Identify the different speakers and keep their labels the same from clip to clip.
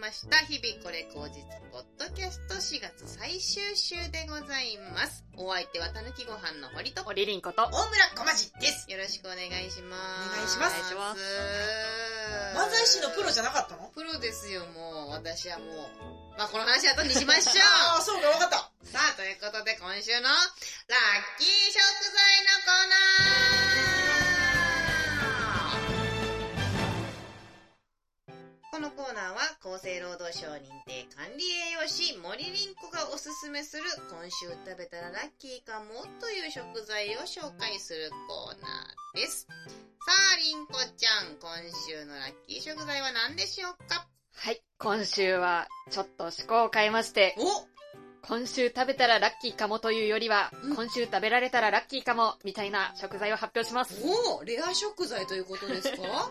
Speaker 1: ました。日々これ口実ポッドキャスト4月最終週でございます。お相手はたぬきご飯の堀と、
Speaker 2: 堀凛子と、大
Speaker 3: 村小町です。
Speaker 1: よろしくお願いします。
Speaker 3: お願いします。
Speaker 2: お願いします。
Speaker 3: 漫才師のプロじゃなかったの
Speaker 1: プロですよ、もう。私はもう。まあ、この話は後にしましょう。
Speaker 3: ああ、そうか、わかった。
Speaker 1: さあ、ということで今週の、ラッキー食材のコーナーこのコーナーは厚生労働省認定管理栄養士森凛子がおすすめする今週食べたらラッキーかもという食材を紹介するコーナーです。さあ、凛子ちゃん、今週のラッキー食材は何でしょうか
Speaker 2: はい、今週はちょっと趣向を変えまして、今週食べたらラッキーかもというよりは、うん、今週食べられたらラッキーかもみたいな食材を発表します。
Speaker 1: おレア食材ということです か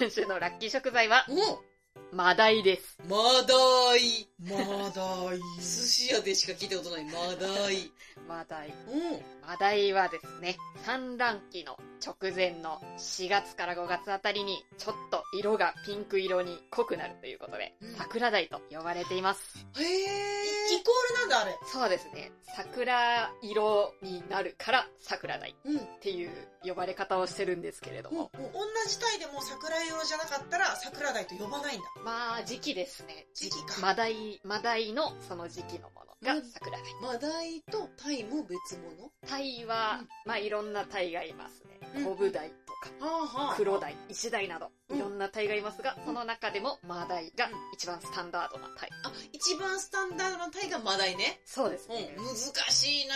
Speaker 2: 今週のラッキー食材は、
Speaker 1: お
Speaker 2: マダイです。
Speaker 1: マダイ。
Speaker 3: マダイ。
Speaker 1: 寿司屋でしか聞いたことない。マダイ。
Speaker 2: マダイ。。
Speaker 1: うん
Speaker 2: マダイはですね、産卵期の直前の4月から5月あたりに、ちょっと色がピンク色に濃くなるということで、うん、桜鯛と呼ばれています。
Speaker 3: へえ。イコールなんだ、あれ。
Speaker 2: そうですね。桜色になるから桜鯛っていう呼ばれ方をしてるんですけれども。
Speaker 3: うん、同じ鯛でも桜色じゃなかったら桜鯛と呼ばないんだ。
Speaker 2: まあ、時期ですね。
Speaker 3: 時期か。
Speaker 2: マダイ、マダイのその時期のものが桜鯛。
Speaker 1: マダイとタイも別物
Speaker 2: タイは、うん、まあいろんなタイがいますね。コブダイとか、うん、黒ダイ、石ダイなど、いろんなタイがいますが、うん、その中でもマダイが一番スタンダードなタイ。
Speaker 1: あ、一番スタンダードなタイがマダイね。
Speaker 2: そうですね。
Speaker 1: 難しい な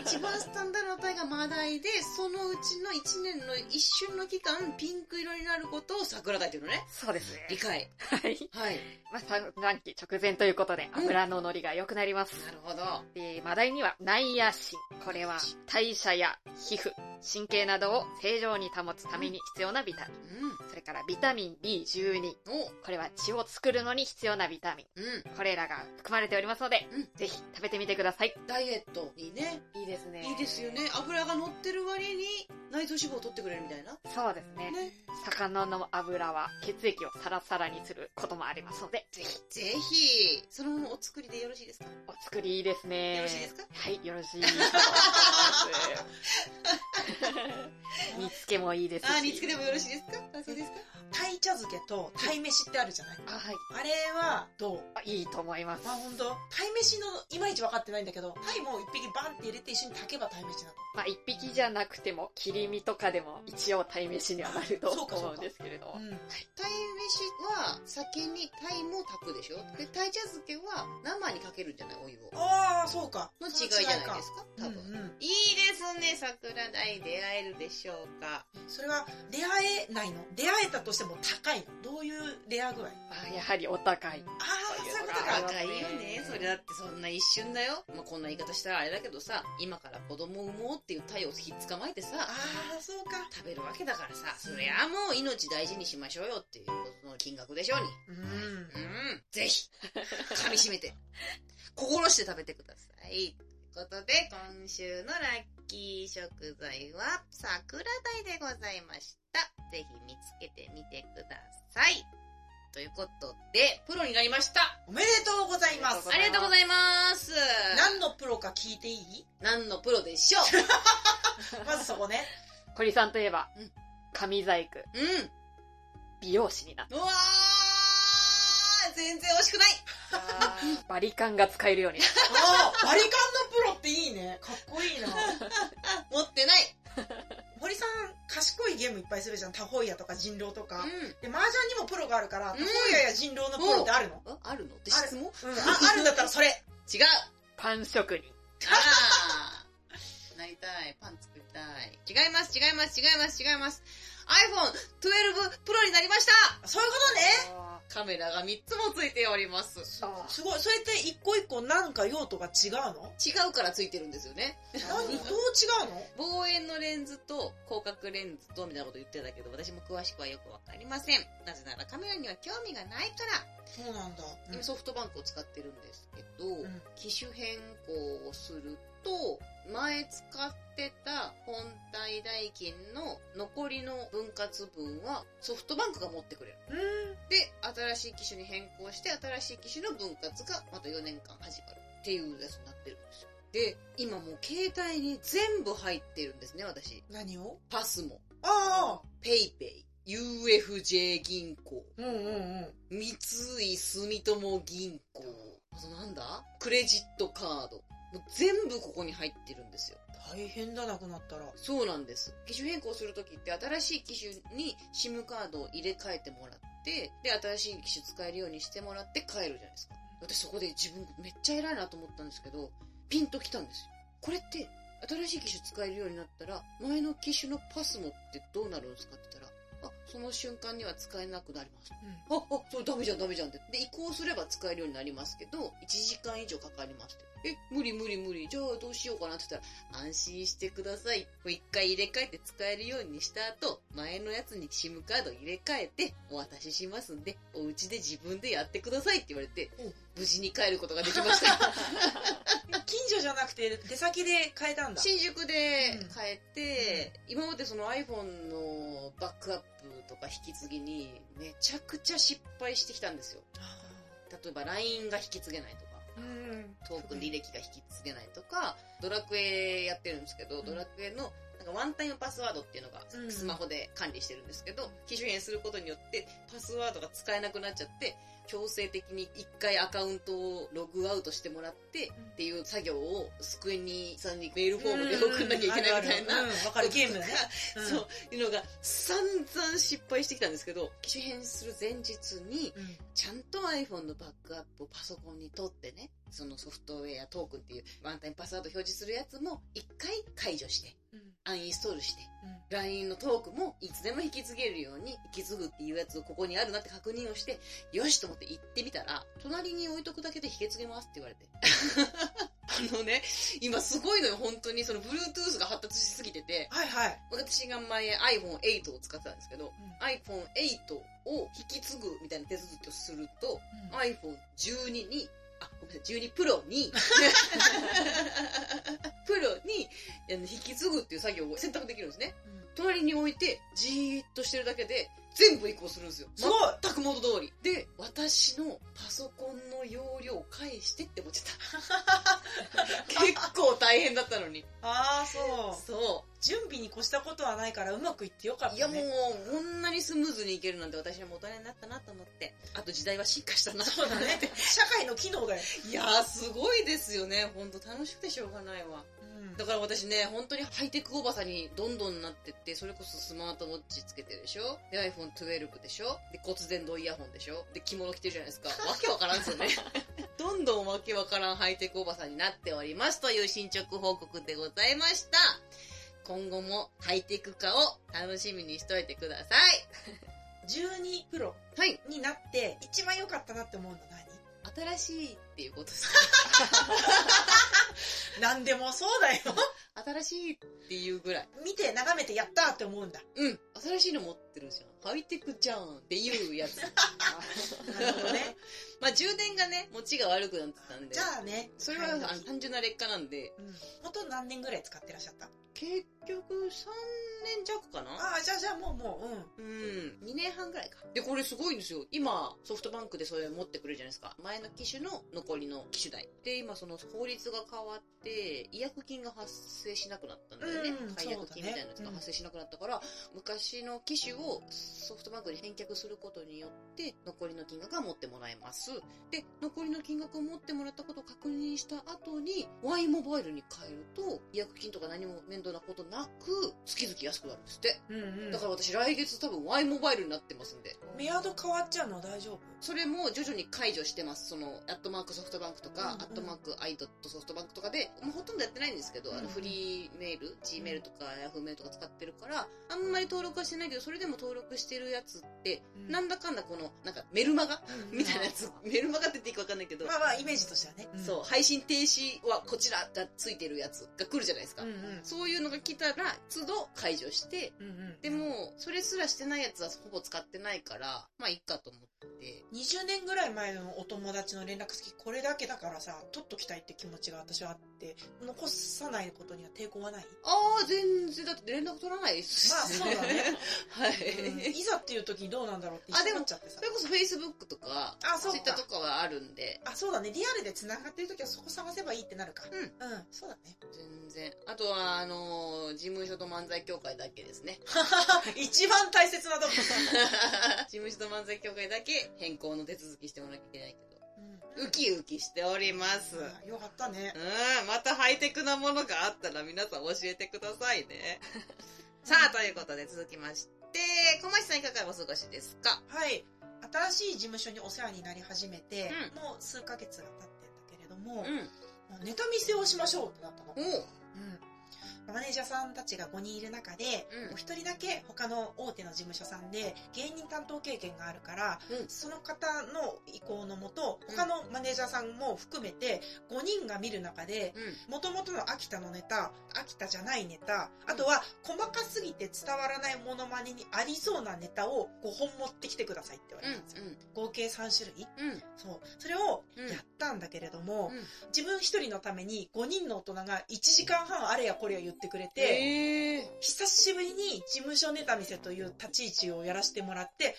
Speaker 1: 一番スタンダードなタイがマダイで、そのうちの1年の一瞬の期間、ピンク色になることを桜鯛っていうのね。
Speaker 2: そうですね。
Speaker 1: 理解。
Speaker 2: はい。
Speaker 1: はい。
Speaker 2: まあ、産卵期直前ということで、油の乗りが良くなります。
Speaker 1: なるほど。
Speaker 2: で、マダイにはナイアシン。これは、代謝や皮膚、神経などを正常に保つために必要なビタミン。うん、それから、ビタミン B12。これは血を作るのに必要なビタミン。うん、これらが含まれておりますので、うん、ぜひ食べてみてください。
Speaker 1: ダイエットにね。
Speaker 2: いいですね。
Speaker 1: いいですよね。油が乗ってる割に、内臓脂肪を取ってくれるみたいな。
Speaker 2: そうですね。ね魚の油は血液をサラサラにすることもありますので。
Speaker 1: ぜひ。ぜひ。そのままお作りでよろしいですか
Speaker 2: お作りいいですね。
Speaker 1: よろしいですか
Speaker 2: はい、よろしい。煮付けもいいです
Speaker 1: あ、煮付けでもよろしいですかあ、そうですか
Speaker 3: 鯛茶漬けと鯛飯ってあるじゃない
Speaker 2: あ、はい。
Speaker 3: あれは、どう
Speaker 2: あいいと思います。
Speaker 3: あ、本当。鯛飯の、いまいち分かってないんだけど、鯛も一匹バンって入れて一緒に炊けば鯛飯なの。
Speaker 2: まあ、一匹じゃなくても、切り身とかでも一応鯛飯にはなると思うんですけれども。鯛、うん、飯
Speaker 1: は、先に鯛も炊くでしょで、鯛茶漬けは生にかけるんじゃないお湯を。
Speaker 3: ああ、そうか。
Speaker 1: の違いじゃないですか多分、うんうん。いいですね、桜鯛出会えるでしょうか。
Speaker 3: それは、出会えないの出会えたとしても高いのどういうレア具合
Speaker 2: あやはりお高い。
Speaker 3: ああ、そういうこと
Speaker 1: か。高いよね。それだってそんな一瞬だよ。まあ、こんな言い方したらあれだけどさ、今から子供産もうっていう鯛をひっ捕まえてさ、あ
Speaker 3: あ、そうか。
Speaker 1: 食べるわけだからさ、そりゃもう命大事にしましょうよっていうことの金額でしょうに。
Speaker 3: うん。うん。
Speaker 1: ぜひ、噛み締めて。心して食べてください。ということで、今週のラッキー食材は桜鯛でございました。ぜひ見つけてみてください。ということで、プロになりました。
Speaker 3: おめでとうございます。
Speaker 1: ありがとうございます。
Speaker 3: 何のプロか聞いていい
Speaker 1: 何のプロでしょう
Speaker 3: まずそこね。。
Speaker 2: 堀さんといえば、うん、紙細工。
Speaker 1: うん。
Speaker 2: 美容師になった。
Speaker 1: うわー全然惜しくない
Speaker 2: バリカンが使えるようになった
Speaker 3: バリカンのプロっていいね。かっこいいな。
Speaker 1: 持ってない。
Speaker 3: 堀さん、賢いゲームいっぱいするじゃん。タホイヤとか人狼とか。うん、で、麻雀にもプロがあるから、うん、タホイヤや人狼のプロってあるの、
Speaker 1: あるのって質問
Speaker 3: あ,、うん、ああるんだったらそれ。
Speaker 1: 違う。
Speaker 2: パン職人。
Speaker 1: ああ。なりたい。パン作りたい。違います、違います、違います、違います。iPhone12 プロになりました
Speaker 3: そういうことね
Speaker 1: カメラが3つもついております。す
Speaker 3: ごい。それって一個一個なんか用途が違うの
Speaker 1: 違うからついてるんですよね。
Speaker 3: 何どう違うの
Speaker 1: 望遠のレンズと広角レンズとみたいなこと言ってたけど、私も詳しくはよくわかりません。なぜならカメラには興味がないから。
Speaker 3: そうなんだ。
Speaker 1: うん、今ソフトバンクを使ってるんですけど、うん、機種変更をすると、前使ってた本体代金の残りの分割分はソフトバンクが持ってくれる。
Speaker 3: うん
Speaker 1: で、新しい機種に変更して、新しい機種の分割がまた4年間始まるっていうやつになってるんですよ。で、今もう携帯に全部入ってるんですね、私。
Speaker 3: 何を
Speaker 1: パスも、
Speaker 3: ああ
Speaker 1: ペイペイ、UFJ 銀行、
Speaker 3: うんうんうん。
Speaker 1: 三井住友銀行、あとなんだクレジットカード。もう全部ここに入ってるんですよ。
Speaker 3: 大変だなくなったら。
Speaker 1: そうなんです。機種変更するときって新しい機種に SIM カードを入れ替えてもらって、で、新しい機種使えるようにしてもらって帰るじゃないですか。私そこで自分めっちゃ偉いなと思ったんですけど、ピンときたんですよ。これって、新しい機種使えるようになったら、前の機種のパスモってどうなるんですかって言ったら、あ、その瞬間には使えなくなります。あ、あ、それダメじゃん、ダメじゃんって。で、移行すれば使えるようになりますけど、1時間以上かかりますって。え、無理無理無理。じゃあどうしようかなって言ったら、安心してください。もう一回入れ替えて使えるようにした後、前のやつに SIM カード入れ替えて、お渡ししますんで、お家で自分でやってくださいって言われて
Speaker 3: うん、
Speaker 1: 無事に帰ることができました。
Speaker 3: 近所じゃなくて、出先で変えたんだ。
Speaker 1: 新宿で変えて、今までその iPhone のバックアップとか引き継ぎに、めちゃくちゃ失敗してきたんですよ。例えば LINE が引き継げないとか、
Speaker 3: うん。
Speaker 1: トークン履歴が引き継げないとか、ドラクエやってるんですけど、
Speaker 3: ん
Speaker 1: ドラクエのなんかワンタイムパスワードっていうのが
Speaker 3: うん
Speaker 1: スマホで管理してるんですけど、機種変することによってパスワードが使えなくなっちゃって、強制的に一回アカウントをログアウトしてもらって
Speaker 3: ん
Speaker 1: っていう作業を救いにさんにメールフォームで送んなきゃいけないみたいな
Speaker 3: うんうんあるあるうんわかる、ゲー ムだね。ん
Speaker 1: そう、いうのが散々失敗してきたんですけど、機種変する前日に、
Speaker 3: うん
Speaker 1: ちゃんと iPhone のバックアップをパソコンに取ってね、そのソフトウェアトークンっていうワンタイムパスワード表示するやつも一回解除して、アンインストールして、LINE のトークもいつでも引き継げるように引き継ぐっていうやつをここにあるなって確認をして、よしと思って行ってみたら、隣に置いとくだけで引き継げますって言われて。あのね、今すごいのよ、本当に。その Bluetooth が発達しすぎてて、
Speaker 3: はいはい。
Speaker 1: 私が前 iPhone8 を使ってたんですけど、iPhone8 を引き継ぐみたいな手続きをすると、
Speaker 3: あ
Speaker 1: iPhone12 に、あ、ごめんなさい、12プロ に、プロにあの引き継ぐっていう作業を選択できるんですね。隣に置いて、じーっとしてるだけで、全部移行するんですよ。
Speaker 3: すごい
Speaker 1: 全く元通り。で、私のパソコンの容量を返してって思っちゃ った。結構大変だったのに。
Speaker 3: ああ、そう。
Speaker 1: そ
Speaker 3: 準備に越したことはないからうまくいってよかっ
Speaker 1: う。
Speaker 3: た
Speaker 1: いやもう
Speaker 3: ね。、
Speaker 1: こんなにスムーズにいけるなんて私はもう大人になったなと思って。あと時代は進化したな。
Speaker 3: そうだね。社会の機能だよ。
Speaker 1: いやー、すごいですよね。ほんと楽しくてしょうがないわ。だから私ね、本当にハイテクおばさんにどんどんなってって、それこそスマートウォッチつけてるでしょで iPhone12 でしょで骨伝導イヤホンでしょで着物着てるじゃないですか。わけわからんです よね。どんどんわけわからんハイテクおばさんになっておりますという進捗報告でございました。今後もハイテク化を楽しみにしといてくださ
Speaker 3: 12プロ
Speaker 1: い。はい。
Speaker 3: になって、一番良かったなって思うの
Speaker 1: 新しいっていうことです。
Speaker 3: 何何でもそうだよ。
Speaker 1: 新しいっていうぐらい。
Speaker 3: 見て、眺めて、やったーって思うんだ。
Speaker 1: うん。新しいの持ってるじゃん。ハイテクじゃんっていう やつ。
Speaker 3: なるほどね。
Speaker 1: まあ充電がね、持ちが悪くなってたんで。
Speaker 3: じゃあね。
Speaker 1: それは、
Speaker 3: 買い時
Speaker 1: あの単純な劣化なんで、
Speaker 3: うん。元何年ぐらい使ってらっしゃった
Speaker 1: 結局3年弱かな
Speaker 3: ああ、じゃあじゃあもうもう、うん。
Speaker 1: うん、2年半ぐらいか。で、これすごいんですよ。今、ソフトバンクでそれ持ってくれるじゃないですか。前の機種の残りの機種代。で、今その法律が変わって、違約金が発生しなくなったんだよね
Speaker 3: うん。
Speaker 1: 解約金みたいなやつ
Speaker 3: そうだね
Speaker 1: が
Speaker 3: うん
Speaker 1: 発生しなくなったから、昔の機種をソフトバンクに返却することによって、残りの金額は持ってもらえます。で、残りの金額を持ってもらったことを確認した後に、Y モバイルに変えると、違約金とか何も面倒なことなく、月々安くなるんですって。
Speaker 3: うん
Speaker 1: だから私来月多分 Y モバイルになってますんで。
Speaker 3: メアド変わっちゃうのは大丈夫
Speaker 1: それも徐々に解除してます。その、アットマークソフトバンクとか、
Speaker 3: うんうん
Speaker 1: アットマークアイドットソフトバンクとかで、もうほとんどやってないんですけど、あ
Speaker 3: うんう
Speaker 1: の
Speaker 3: ん
Speaker 1: フリーメール、G メールとか Yahoo メールとか使ってるから、あんまり登録はしてないけど、それでも登録してるやつって、なんだかんだこの、なんかメルマガみたいなやつ、メルマガって言っていいかわかんないけど、
Speaker 3: まあまあ、イメージとしてはね。
Speaker 1: そう、配信停止はこちらがついてるやつが来るじゃないですか。
Speaker 3: うんうん
Speaker 1: そういうのが来たら、都度解除して、
Speaker 3: うんうん。
Speaker 1: でも、それすらしてないやつはほぼ使ってないから、まあ、いっかと思って。
Speaker 3: 20年ぐらい前のお友達の連絡先これだけだからさ取っときたいって気持ちが私はあって残さないことには抵抗はない
Speaker 1: ああ、全然、だって連絡取らないです
Speaker 3: まあそうだね。
Speaker 1: はい。
Speaker 3: うんいざっていう時にどうなんだろうって一
Speaker 1: あ
Speaker 3: 緒
Speaker 1: で
Speaker 3: に
Speaker 1: も
Speaker 3: なっちゃってさ
Speaker 1: それこそ Facebook とか、
Speaker 3: あそう
Speaker 1: Twitter
Speaker 3: か
Speaker 1: とかはあるんで、
Speaker 3: あそうだねリアルで繋がってる時はそこ探せばいいってなるか
Speaker 1: うん
Speaker 3: うん、そうだね
Speaker 1: 全然。あとは、あのー事務所と漫才協会だけですね。
Speaker 3: 一番大切なとこ、
Speaker 1: 事務所と漫才協会だけ変更の手続きしてもらわなきゃいけないけ
Speaker 3: う、
Speaker 1: ど、ウキウキしております。うん
Speaker 3: よかったね
Speaker 1: ん、またハイテクなものがあったら皆さん教えてください ね。さあ、ということで続きまして、小町さんいかがお過ごしですか
Speaker 3: はい新しい事務所にお世話になり始めて、もう数ヶ月が経ってんだけれども、
Speaker 1: うん。
Speaker 3: もうネタ見せをしましょうってなったの
Speaker 1: おう。
Speaker 3: うん、マネージャーさんたちが5人いる中で、
Speaker 1: うん
Speaker 3: お一人だけ他の大手の事務所さんで芸人担当経験があるから、
Speaker 1: うん
Speaker 3: その方の意向のもと
Speaker 1: うん
Speaker 3: 他のマネージャーさんも含めて5人が見る中で
Speaker 1: うん。
Speaker 3: 元々の秋田のネタ秋田じゃないネタあとは細かすぎて伝わらないモノマネにありそうなネタを5本持ってきてくださいって言われたんですよ、
Speaker 1: う
Speaker 3: 合計3種類
Speaker 1: ん。うん。
Speaker 3: そうそれを
Speaker 1: うん
Speaker 3: やったんだけれども、
Speaker 1: うん
Speaker 3: 自分一人のために5人の大人が1時間半あれやこれや言ってくれて、
Speaker 1: え
Speaker 3: 久しぶりに事務所ネタ見せという立ち位置をやらせてもらって、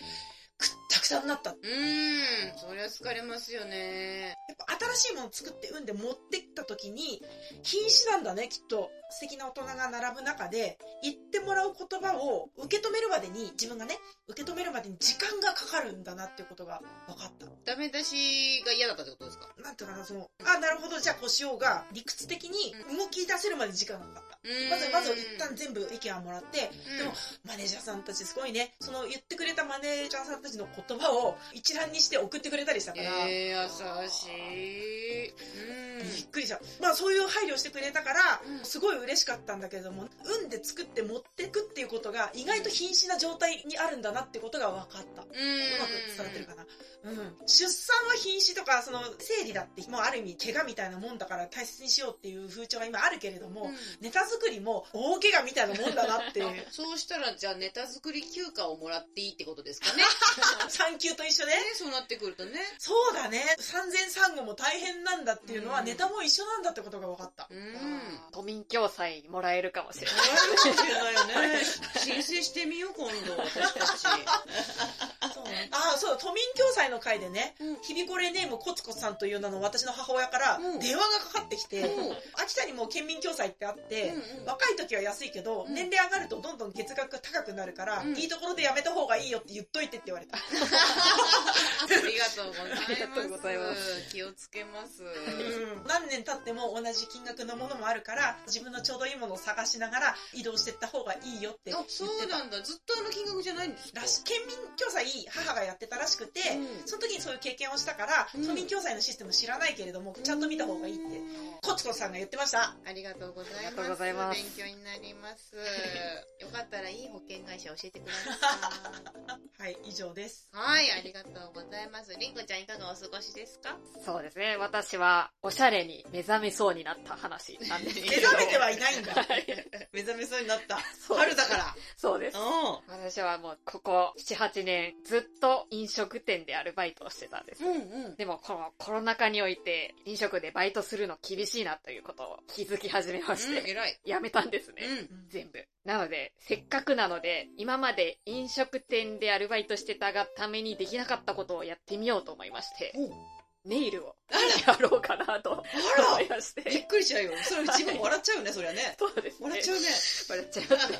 Speaker 3: くったくさんになった。やっ
Speaker 1: うーん、そりゃ疲れますよね。
Speaker 3: ぱ新しいもの作って産んで持ってきた時に、瀕死なんだね、きっと。素敵な大人が並ぶ中で、言ってもらう言葉を受け止めるまでに、自分がね、受け止めるまでに時間がかかるんだなっていうことが分かった。
Speaker 1: ダメ出しが嫌だったってことですか
Speaker 3: なんていうかな、その、あ、なるほど、じゃあこうしようが、理屈的に動き出せるまで時間がかかった。
Speaker 1: うーん
Speaker 3: まず、まず一旦全部意見はもらって、でもマネージャーさんたちすごいね、その言ってくれたマネージャーさんたちの言葉を一覧にして送ってくれたりした
Speaker 1: うん、
Speaker 3: から、
Speaker 1: えー、優しい。うん。
Speaker 3: びっくりした。まあそういう配慮してくれたから
Speaker 1: う、ん
Speaker 3: すごい嬉しかったんだけれども、産んで作って持ってくっていうことが意外と瀕死な状態にあるんだなってことが分かった。
Speaker 1: うーん。
Speaker 3: うまく伝わってるかな。うん。出産は瀕死とか、その生理だって、もうある意味怪我みたいなもんだから大切にしようっていう風潮が今あるけれども、
Speaker 1: うん
Speaker 3: ネタ作りも大怪我みたいなもんだなっていう。
Speaker 1: あそうしたら、じゃあネタ作り休暇をもらっていいってことですかね。ね、
Speaker 3: 産休と一緒で、
Speaker 1: そうなってくるとね。
Speaker 3: そうだね。産前産後も大変なんだっていうのは、
Speaker 1: うん
Speaker 3: ネタも一緒なんだってことが分かった。
Speaker 1: うん。
Speaker 2: 都民共済もらえるかもしれない。
Speaker 1: そうかもしれないよね。申請してみよう、今度、私たち。
Speaker 3: そうねああ、そうだ、都民共済の会でね、
Speaker 1: うん
Speaker 3: 日々これネームコツコツさんという名の私の母親から
Speaker 1: うん
Speaker 3: 電話がかかってきて、
Speaker 1: うん
Speaker 3: 秋田にも県民共済ってあって、
Speaker 1: うんうん
Speaker 3: 若い時は安いけど、
Speaker 1: うん
Speaker 3: 年齢上がるとどんどん月額が高くなるから、
Speaker 1: うん
Speaker 3: いいところでやめた方がいいよって言っといてって言わ れた。
Speaker 1: ありがとうございます。
Speaker 2: ありがとうございま
Speaker 1: 気をつけます。
Speaker 3: 何年経っても同じ金額のものもあるから、自分のちょうどいいものを探しながら移動していった方がいいよって言っ
Speaker 1: あ、
Speaker 3: て
Speaker 1: そう
Speaker 3: た。
Speaker 1: なんだ。ずっとあの金額じゃないんですから
Speaker 3: し県民共済母がやってたらしくて、
Speaker 1: うん
Speaker 3: その時にそういう経験をしたから、
Speaker 1: うん
Speaker 3: 都民共済のシステム知らないけれども、ちゃんと見た方がいいって、コツコツさんが言ってました。
Speaker 1: ありがとうございます。
Speaker 2: ありがとうございます
Speaker 1: 勉強になります。よかったらいい保険会社教えてください。
Speaker 3: はい、以上です。
Speaker 1: はい、ありがとうございます。りんこちゃんいかがお過ごしですか
Speaker 2: そうですね。私は、おしゃれに目覚めそうになった話なんです
Speaker 3: 目
Speaker 2: けど。
Speaker 3: 覚めてはいないんだ。
Speaker 1: 目覚めそうにな った。
Speaker 2: そう
Speaker 1: 春だから。
Speaker 2: そうです。
Speaker 1: お
Speaker 2: 私はもう、ここ7、8年、ずっと飲食店でアルバイトをしてたんです。
Speaker 1: うんうん。
Speaker 2: でも、このコロナ禍において、飲食でバイトするの厳しいなということを気づき始めまして、
Speaker 1: 偉い。
Speaker 2: やめたんですね。
Speaker 1: うん。
Speaker 2: 全部。なので、せっかくなので、今まで飲食店でアルバイトしてたがためにできなかったことをやってみようと思いまして、ネイルをやろうかなと思いまし。
Speaker 1: びってくりしちゃうよ。それ自分も笑っちゃうよね、そりゃね。
Speaker 2: そうですね。
Speaker 1: 笑っちゃうね。
Speaker 2: 笑っちゃいますね。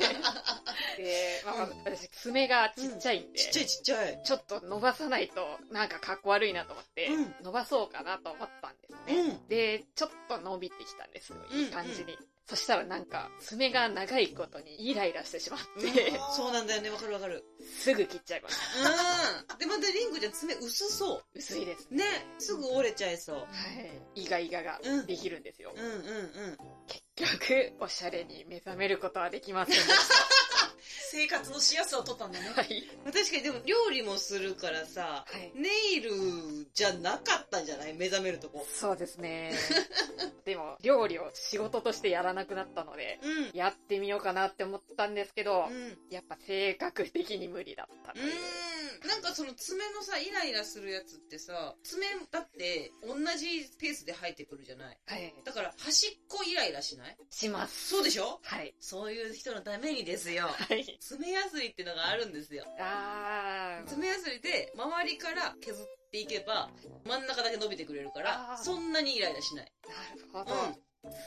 Speaker 2: で、まあ
Speaker 1: うん
Speaker 2: 私、爪がちっちゃいんで、
Speaker 1: ちっちゃいちっちゃい。
Speaker 2: ちょっと伸ばさないと、なんかかっこ悪いなと思って、
Speaker 1: う
Speaker 2: 伸ばそうかなと思ったんですね。
Speaker 1: うん。
Speaker 2: で、ちょっと伸びてきたんですよ。
Speaker 1: うん
Speaker 2: いい感じに。そしたらなんか、爪が長いことにイライラしてしまって、
Speaker 1: そうなんだよね、わかるわかる。
Speaker 2: すぐ切っちゃいました。
Speaker 1: うん。で、またりんこちゃん爪薄そ
Speaker 2: 薄いです
Speaker 1: う。ね。すぐ折れちゃいそう。
Speaker 2: はい。イガイガが
Speaker 1: うん
Speaker 2: できるんですよ。
Speaker 1: うんうんうん。
Speaker 2: 結局、おしゃれに目覚めることはできませんでし
Speaker 3: 生活のしやすさを取ったんだね。
Speaker 2: はい。
Speaker 1: 確かにでも料理もするからさ、
Speaker 2: はい。
Speaker 1: ネイルじゃなかったんじゃない目覚めるとこ。
Speaker 2: そうですね。でも、料理を仕事としてやらなくなったので、
Speaker 1: うん。うん。
Speaker 2: やってみようかなって思ったんですけど、
Speaker 1: う
Speaker 2: やっぱ性格的に無理だったという。
Speaker 1: ーん。なんかその爪のさ、イライラするやつってさ、爪だって同じペースで生えてくるじゃない
Speaker 2: はい。
Speaker 1: だから端っこイライラしない
Speaker 2: します。
Speaker 1: そうでしょ
Speaker 2: はい。
Speaker 1: そういう人のためにですよ。
Speaker 2: はい。
Speaker 1: 爪やすりってのがあるんですよ。
Speaker 2: あー。
Speaker 1: 爪やすりで周りから削っていけば真ん中だけ伸びてくれるか
Speaker 2: あ
Speaker 1: ら
Speaker 2: ー
Speaker 1: そんなにイライラしない。
Speaker 2: なるほど。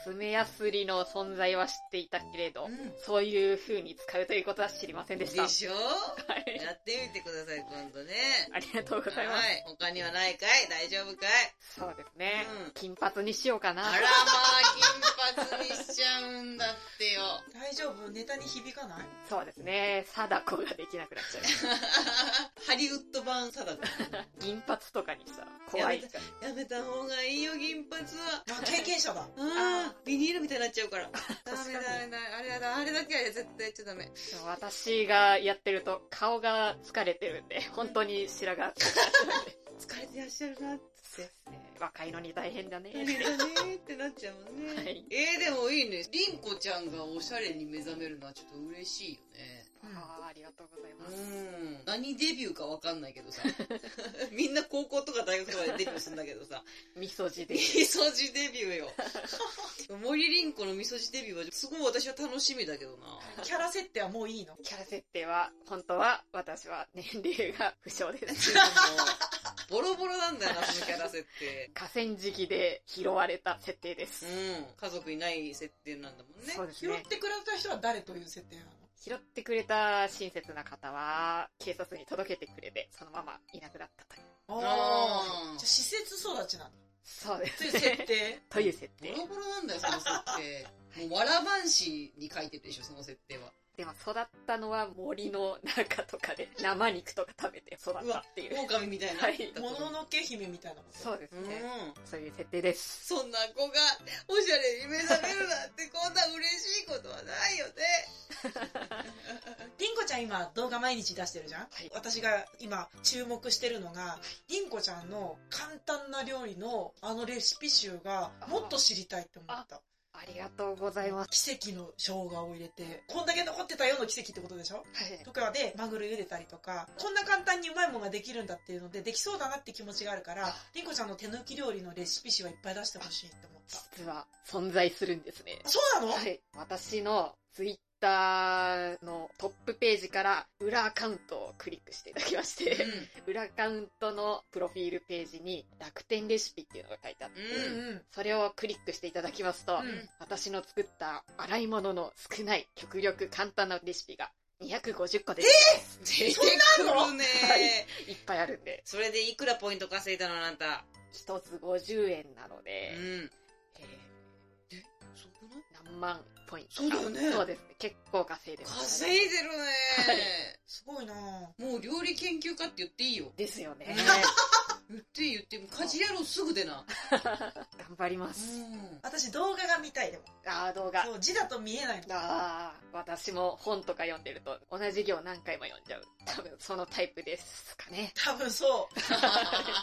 Speaker 2: 爪やすりの存在は知っていたけれど、
Speaker 1: うん。
Speaker 2: そういう風に使うということは知りませんでした。は
Speaker 1: しょ
Speaker 2: い。
Speaker 1: やってみてください、今度ね。
Speaker 2: ありがとうございます。
Speaker 1: はい。他にはないかい大丈夫かい
Speaker 2: そうですね、
Speaker 1: うん
Speaker 2: 金髪にしようかな。
Speaker 1: あらまあ、金髪にしちゃうんだって よ。
Speaker 3: 大丈夫ネタに響かない
Speaker 2: そうですね。貞子ができなくなっちゃう。
Speaker 1: ハリウッド版貞子。
Speaker 2: 銀髪とかにしたら怖い
Speaker 1: や。やめた方がいいよ、銀髪は。
Speaker 3: あ、経験者だ。
Speaker 1: あービニールみたいになっちゃうから。ダ
Speaker 2: かに
Speaker 1: メだ、ダメだ、あれだあれだけは絶対やっちゃダメ。
Speaker 2: でも私がやってると顔が疲れてるんで、本当に白髪。
Speaker 1: 疲れてらっしゃるなって。
Speaker 2: 若いのに大変だね。
Speaker 1: あれだねってなっちゃうもんね。
Speaker 2: はい。
Speaker 1: えー、でもいいね。りんこちゃんがおしゃれに目覚めるのはちょっと嬉しいよね。
Speaker 2: あーありがとうございま
Speaker 1: う
Speaker 2: す。
Speaker 1: ん。何デビューかわかんないけど さ。みんな高校とか大学とかでデビューするんだけどさ。
Speaker 2: 味噌汁で
Speaker 1: み。そじデビューよ。森りんこのみそじデビューはすごい私は楽しみだけどな。
Speaker 3: キャラ設定はもういいの
Speaker 2: キャラ設定は、本当は私は年齢が不詳です。
Speaker 1: ボロボロなんだよな、そのキャラ設定。
Speaker 2: 河川敷で拾われた設定です。
Speaker 1: うん。家族いない設定なんだもんね。
Speaker 2: そうです
Speaker 3: 拾っ
Speaker 2: ね。
Speaker 3: てくれた人は誰という設定なの
Speaker 2: 拾ってくれた親切な方は、警察に届けてくれて、そのままいなくなったという。
Speaker 1: あー
Speaker 3: じゃあ施設育ちなの
Speaker 2: そうで
Speaker 3: という
Speaker 2: す
Speaker 3: 設
Speaker 2: ね。
Speaker 3: 定
Speaker 2: という設
Speaker 1: ボ
Speaker 2: 定。
Speaker 1: ロボロなんだよ、その設定。もう、わらばんしに書いてるでしょ、その設定は。
Speaker 2: でも育ったのは森の中と かで、生肉とか食べて育ったっていう。
Speaker 1: 狼みたいな。
Speaker 2: はい
Speaker 3: もののけ姫みたいなこと
Speaker 2: そうです
Speaker 1: うん
Speaker 2: ね。。そういう設定です。
Speaker 1: そんな子がおしゃれに目覚めるなんてこんな嬉しいことはないよね。
Speaker 3: りんこちゃん今動画毎日出してるじゃん、
Speaker 2: はい
Speaker 3: 私が今注目してるのが、りんこちゃんの簡単な料理のあのレシピ集がもっと知りたいって思った。
Speaker 2: ありがとうございます。
Speaker 3: 奇跡の生姜を入れて、こんだけ残ってたよの奇跡ってことでしょ
Speaker 2: はい。
Speaker 3: とかでマグロ茹でたりとか、こんな簡単にうまいものができるんだっていうので、できそうだなって気持ちがあるから、りんこちゃんの手抜き料理のレシピ集はいっぱい出してほしいって思った。
Speaker 2: 実は存在するんですね。
Speaker 3: そうなの、
Speaker 2: はい。私のツイッターのトップページから裏アカウントをクリックしていただきまして、裏アカウントのプロフィールページに楽天レシピっていうのが書いてあって、
Speaker 1: うん
Speaker 3: うん。
Speaker 2: それをクリックしていただきますと、
Speaker 3: うん
Speaker 2: 私の作った洗い物の少ない極力簡単なレシピが250個です。
Speaker 1: 出て
Speaker 3: そんな
Speaker 1: く
Speaker 3: の
Speaker 1: るね。
Speaker 2: いっぱいあるんで、
Speaker 1: それでいくらポイント稼いだのあなた。
Speaker 2: 一つ50円なの
Speaker 1: う
Speaker 2: で、
Speaker 1: ん。
Speaker 2: え
Speaker 1: そこな
Speaker 2: ー何万ポイント。
Speaker 1: そうだよね
Speaker 2: そうですね。結構稼いでます、
Speaker 1: 稼いでるね、
Speaker 3: すごいなぁ。
Speaker 1: もう料理研究家って言っていいよ。
Speaker 2: ですよ ね。
Speaker 1: 言っていい言っていい。もう家事やろうすぐでな。
Speaker 2: 頑張ります。
Speaker 1: う
Speaker 3: 私動画が見たいでも。
Speaker 2: ああ、動画。
Speaker 3: そう、字だと見えないの。
Speaker 2: ああ、私も本とか読んでると同じ行何回も読んじゃう。多分そのタイプですかね。
Speaker 3: 多分そう。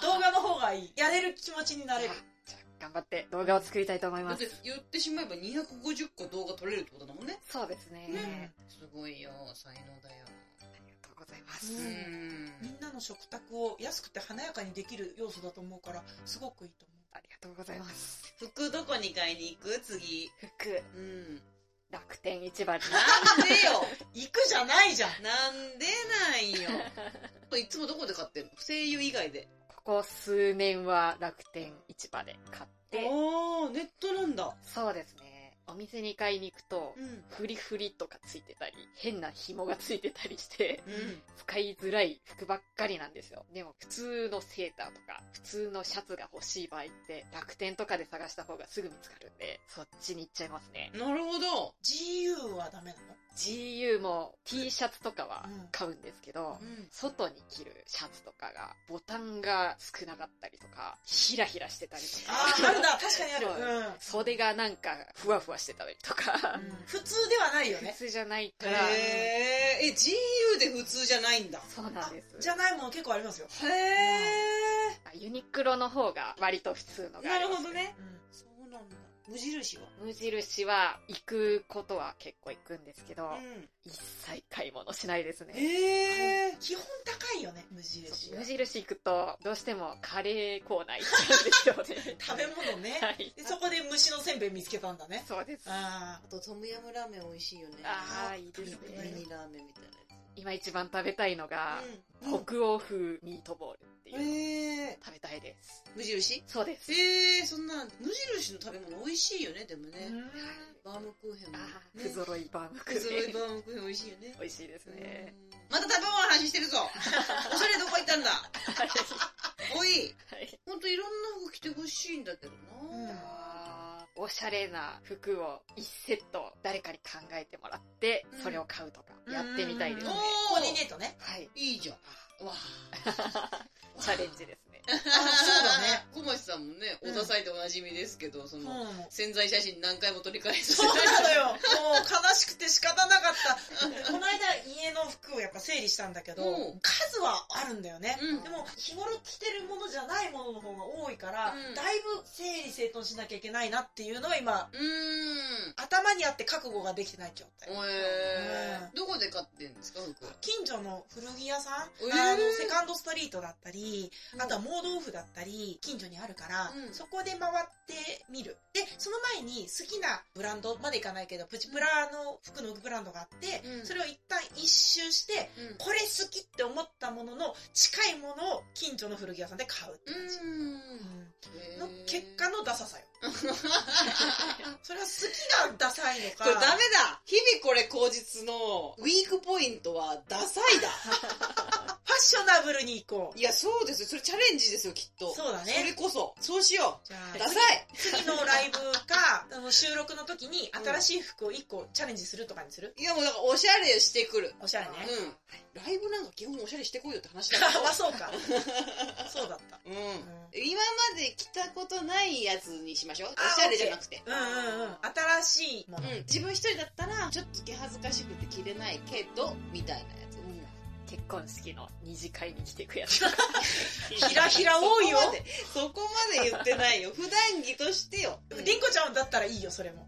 Speaker 3: 動画の方がいい。やれる気持ちになれる。
Speaker 2: じゃあ頑張って動画を作りたいと思い
Speaker 1: ん。だ
Speaker 2: ま
Speaker 1: って
Speaker 2: す。
Speaker 1: 言ってしまえば250個動画撮れるってことだもんね。
Speaker 2: そうですね。
Speaker 3: ね
Speaker 1: すごいよ。才能だよ。
Speaker 2: ありがとうございま
Speaker 1: う
Speaker 2: す。
Speaker 3: うん
Speaker 1: ん。
Speaker 3: みんなの食卓を安くて華やかにできる要素だと思うから、すごくいいと思う。
Speaker 2: ありがとうございます。
Speaker 1: 服どこに買いに行く次。
Speaker 2: 服、
Speaker 1: うん。
Speaker 2: 楽天市 場に。
Speaker 1: なんで よ
Speaker 3: 行くじゃないじゃん。
Speaker 1: なんでなん よ。いつもどこで買ってんの声優以外で。
Speaker 2: ここ数年は楽天市場で買って、
Speaker 1: ああ、ネットなんだ。
Speaker 2: そうですね。お店に買いに行くと、
Speaker 1: うん。
Speaker 2: フリフリとかついてたり、変な紐がついてたりして、
Speaker 1: うん。
Speaker 2: 使いづらい服ばっかりなんですよ。でも普通のセーターとか、普通のシャツが欲しい場合って、楽天とかで探した方がすぐ見つかるんで、そっちに行っちゃいますね。
Speaker 1: なるほど。
Speaker 3: GU はダメなの
Speaker 2: GU も T シャツとかは買うんですけど、
Speaker 1: うん。
Speaker 2: 外に着るシャツとかが、ボタンが少なかったりとか、ヒラヒラしてたりと
Speaker 3: あ
Speaker 2: か、
Speaker 3: あ、あるな。確かにある。
Speaker 2: そう袖がなんかふわふわ話してたりとか、
Speaker 3: 普通ではないよ
Speaker 2: 普
Speaker 3: ね。
Speaker 2: 通じゃないから、
Speaker 1: へえ、え、GU で普通じゃないんだ。
Speaker 2: そうなんです。
Speaker 3: じゃないもの結構ありますよ。
Speaker 1: へえ、
Speaker 2: あユニクロの方が割と普通のが
Speaker 1: な
Speaker 2: あり
Speaker 1: る
Speaker 2: ます
Speaker 1: ほどね。
Speaker 3: うん
Speaker 1: そうなんだ。無印は
Speaker 2: 無印は行くことは結構行くんですけど、
Speaker 1: うん。
Speaker 2: 一切買い物しないですね。
Speaker 1: へえ、
Speaker 3: 基本高いよね、無印は。
Speaker 2: 無印行くと、どうしてもカレーコーナー行っちゃうんですよね
Speaker 3: 食べ物ね。
Speaker 2: はい
Speaker 3: で。そこで虫のせんべい見つけたんだね。
Speaker 2: そうです。
Speaker 3: あ
Speaker 1: あとトムヤムラーメン美味しいよね。
Speaker 2: あーいいですね
Speaker 1: ミニラーメンみたいな
Speaker 2: 今一番食べたいのが
Speaker 1: や、つ。うん。
Speaker 2: 北欧風ミートボールっていうのを
Speaker 1: へえ、
Speaker 2: 食べたいです。
Speaker 1: 無印
Speaker 2: そうです。
Speaker 1: へえ、そんな、無印の食べ物美味しいよね、でも
Speaker 3: あ。
Speaker 1: ね。バームクーヘンも
Speaker 2: あ。ー
Speaker 1: ね
Speaker 2: 不揃いバームク
Speaker 1: 不揃い
Speaker 2: ーヘン。
Speaker 1: バームクーヘン美味しいよね。
Speaker 2: 美味しいですね。
Speaker 1: また食べ物の話してる ぞおしゃれどこ行ったんだ
Speaker 2: はい。
Speaker 1: おい
Speaker 2: はい
Speaker 1: ほんといろんな服着てほしいんだけどな、
Speaker 3: うん
Speaker 2: あーおしゃれな服を1セット誰かに考えてもらって、
Speaker 1: うん
Speaker 2: それを買うとかやってみたいですね
Speaker 1: うん。
Speaker 3: コーディネートね。
Speaker 2: はい。
Speaker 1: いいじゃんわ
Speaker 2: チャレ ンジですね。
Speaker 1: あ
Speaker 3: そうだね
Speaker 1: 小町さんもね
Speaker 3: うん
Speaker 1: お田祭でおなじみですけど、そ
Speaker 3: うん。
Speaker 1: の潜在写真何回も取り返す
Speaker 3: そうなのよ。もう悲しくて仕方なかった。この間家の服をやっぱ整理したんだけど
Speaker 1: うん、
Speaker 3: 数はあるんだよね。
Speaker 1: うん
Speaker 3: でも日頃着てるものじゃないものの方が多いから、
Speaker 1: うん
Speaker 3: だいぶ整理整頓しなきゃいけないなっていうのは今、
Speaker 1: うーん
Speaker 3: 頭にあって覚悟ができてない状態。
Speaker 1: おえ
Speaker 3: うん
Speaker 1: どこで買ってんですか服
Speaker 3: 近所の古着屋さん、
Speaker 1: えー
Speaker 3: あのセカンドストリートだったり、
Speaker 1: うん
Speaker 3: あとは盲豆腐だったり、近所にあるから、
Speaker 1: うん
Speaker 3: そこで回ってみる。で、その前に好きなブランドまでいかないけど、プチプラの服のブランドがあって、
Speaker 1: うん
Speaker 3: それを一旦一周して、
Speaker 1: うん
Speaker 3: これ好きって思ったものの近いものを近所の古着屋さんで買うって感じ。
Speaker 1: うん
Speaker 3: の結果
Speaker 1: の
Speaker 3: のダサさ よ。
Speaker 1: こ
Speaker 3: それは好きがダサいのか。
Speaker 1: れダメだ日々これ口実のウィークポイントはダサいだ
Speaker 3: ファッショナブルに行こう。
Speaker 1: いや、そうですよ。それチャレンジですよ、きっと。
Speaker 3: そうだね
Speaker 1: それこそ。そうしよ
Speaker 3: じゃ
Speaker 1: う。
Speaker 3: あ
Speaker 1: ダサい。
Speaker 3: 次のライブか、あの収録の時に新しい服を1個チャレンジするとかにする
Speaker 1: いや、もうだから、おしゃれしてくる。
Speaker 3: おしゃれね。
Speaker 1: うん。ライブなんか基本おしゃれしてこいよって話だか
Speaker 3: あ
Speaker 1: ら。
Speaker 3: まあそう か。そうだった。
Speaker 1: うん。
Speaker 3: うん
Speaker 1: 今まで着たことないやつにしましょう。
Speaker 3: あ
Speaker 1: おしゃれじゃなくて。
Speaker 3: うんうんうん。新しいも
Speaker 1: う
Speaker 3: の。
Speaker 1: ん。自分一人だったら、ちょっと気恥ずかしくて着れないけど、みたいなやつ。
Speaker 2: 結婚式の二次会に来てくやつとか。
Speaker 3: ひらひら多いよ
Speaker 1: そこまで そこまで言ってないよ。普段着としてよ。
Speaker 3: でもりんこちゃんだったらいいよ、それも。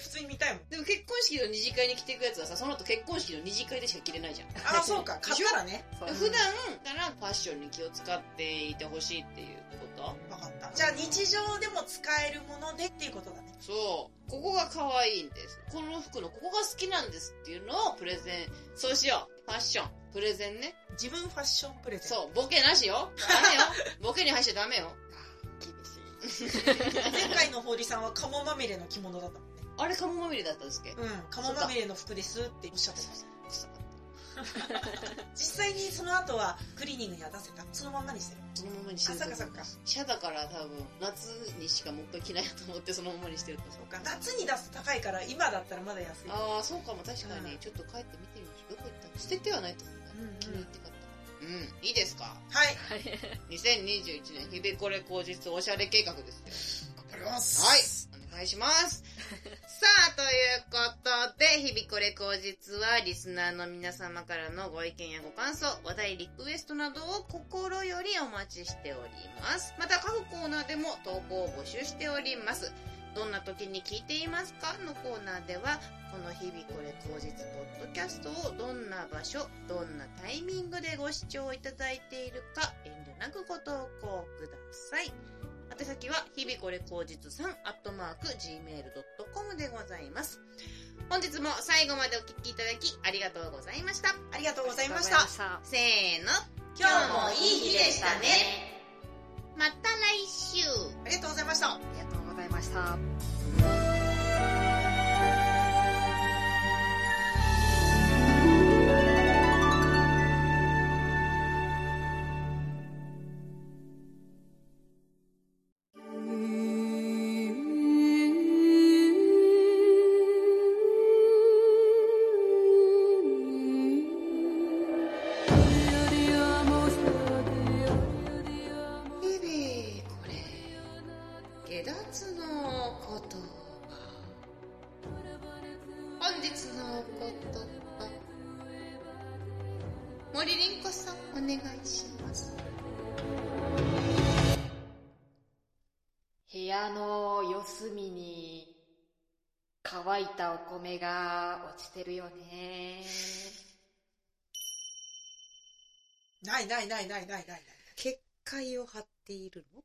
Speaker 3: 普通に見たい もん。
Speaker 1: でも結婚式の二次会に着ていくやつはさ、その後結婚式の二次会でしか着れないじゃん。
Speaker 3: あ、そうか。買ったらね。
Speaker 2: そう
Speaker 1: 普段からファッションに気を使っていてほしいっていうこと
Speaker 3: わかった。じゃあ日常でも使えるものでっていうことだね。
Speaker 1: そう。ここが可愛いんです。この服のここが好きなんですっていうのをプレゼン。そうしよう。ファッション。プレゼンね。
Speaker 3: 自分ファッションプレゼント。
Speaker 1: そう。ボケなしよ。ダ メよ。ボケに入っちゃダメよ。
Speaker 2: 厳しい。
Speaker 3: 前回の堀さんはカモまみれの着物だったもんね。
Speaker 1: あれカモまみれだったんですっけど。
Speaker 3: うん。カモまみれの服ですっておっしゃってました。
Speaker 1: 臭かった
Speaker 3: 実際にその後はクリーニングには出せた。そのまんまにしてる。
Speaker 1: そのままにして
Speaker 3: あ、
Speaker 1: る
Speaker 3: そ
Speaker 1: と
Speaker 3: っ
Speaker 1: 思
Speaker 3: か
Speaker 1: う
Speaker 3: そっか。
Speaker 1: シャだから多分夏にしかもう一回着ないと思ってそのままにしてると思う
Speaker 3: 夏に出すと高いから今だったらまだ安い。
Speaker 1: ああそうかも確か
Speaker 3: う
Speaker 1: に
Speaker 3: ん
Speaker 1: ちょっと帰って見てみましょうどこ行った捨ててはないと思うんだ
Speaker 3: うんうん
Speaker 1: 気に入って買ったからうんいいですか
Speaker 3: はい。
Speaker 2: はい。
Speaker 1: 2021年日々これ口実おしゃれ計画です
Speaker 3: 頑張ります。
Speaker 1: はい。お願いします さあということで日々これ口実はリスナーの皆様からのご意見やご感想話題リクエストなどを心よりお待ちしておりますまた各コーナーでも投稿を募集しておりますどんな時に聞いていますかのコーナーではこの「日々これ口実」ポッドキャストをどんな場所どんなタイミングでご視聴いただいているか遠慮なくご投稿ください宛先は日々これ口実さんアットマーク gmail.com でございます本日も最後までお聞きいただきありがとうございました
Speaker 3: ありがとうございまし
Speaker 2: ありがとうござい
Speaker 3: た
Speaker 2: ま。した。
Speaker 1: せーの
Speaker 3: 今日もいい日でしたね。
Speaker 1: また来週
Speaker 3: ありがとうございました。
Speaker 2: ありがとうございました。
Speaker 1: 日々これ下脱の言葉どうぞ森凛子さんお願いします
Speaker 2: 部屋の四隅に乾いたお米が落ちてるよね。
Speaker 3: ないないないないないないない。
Speaker 1: 結界を張っているの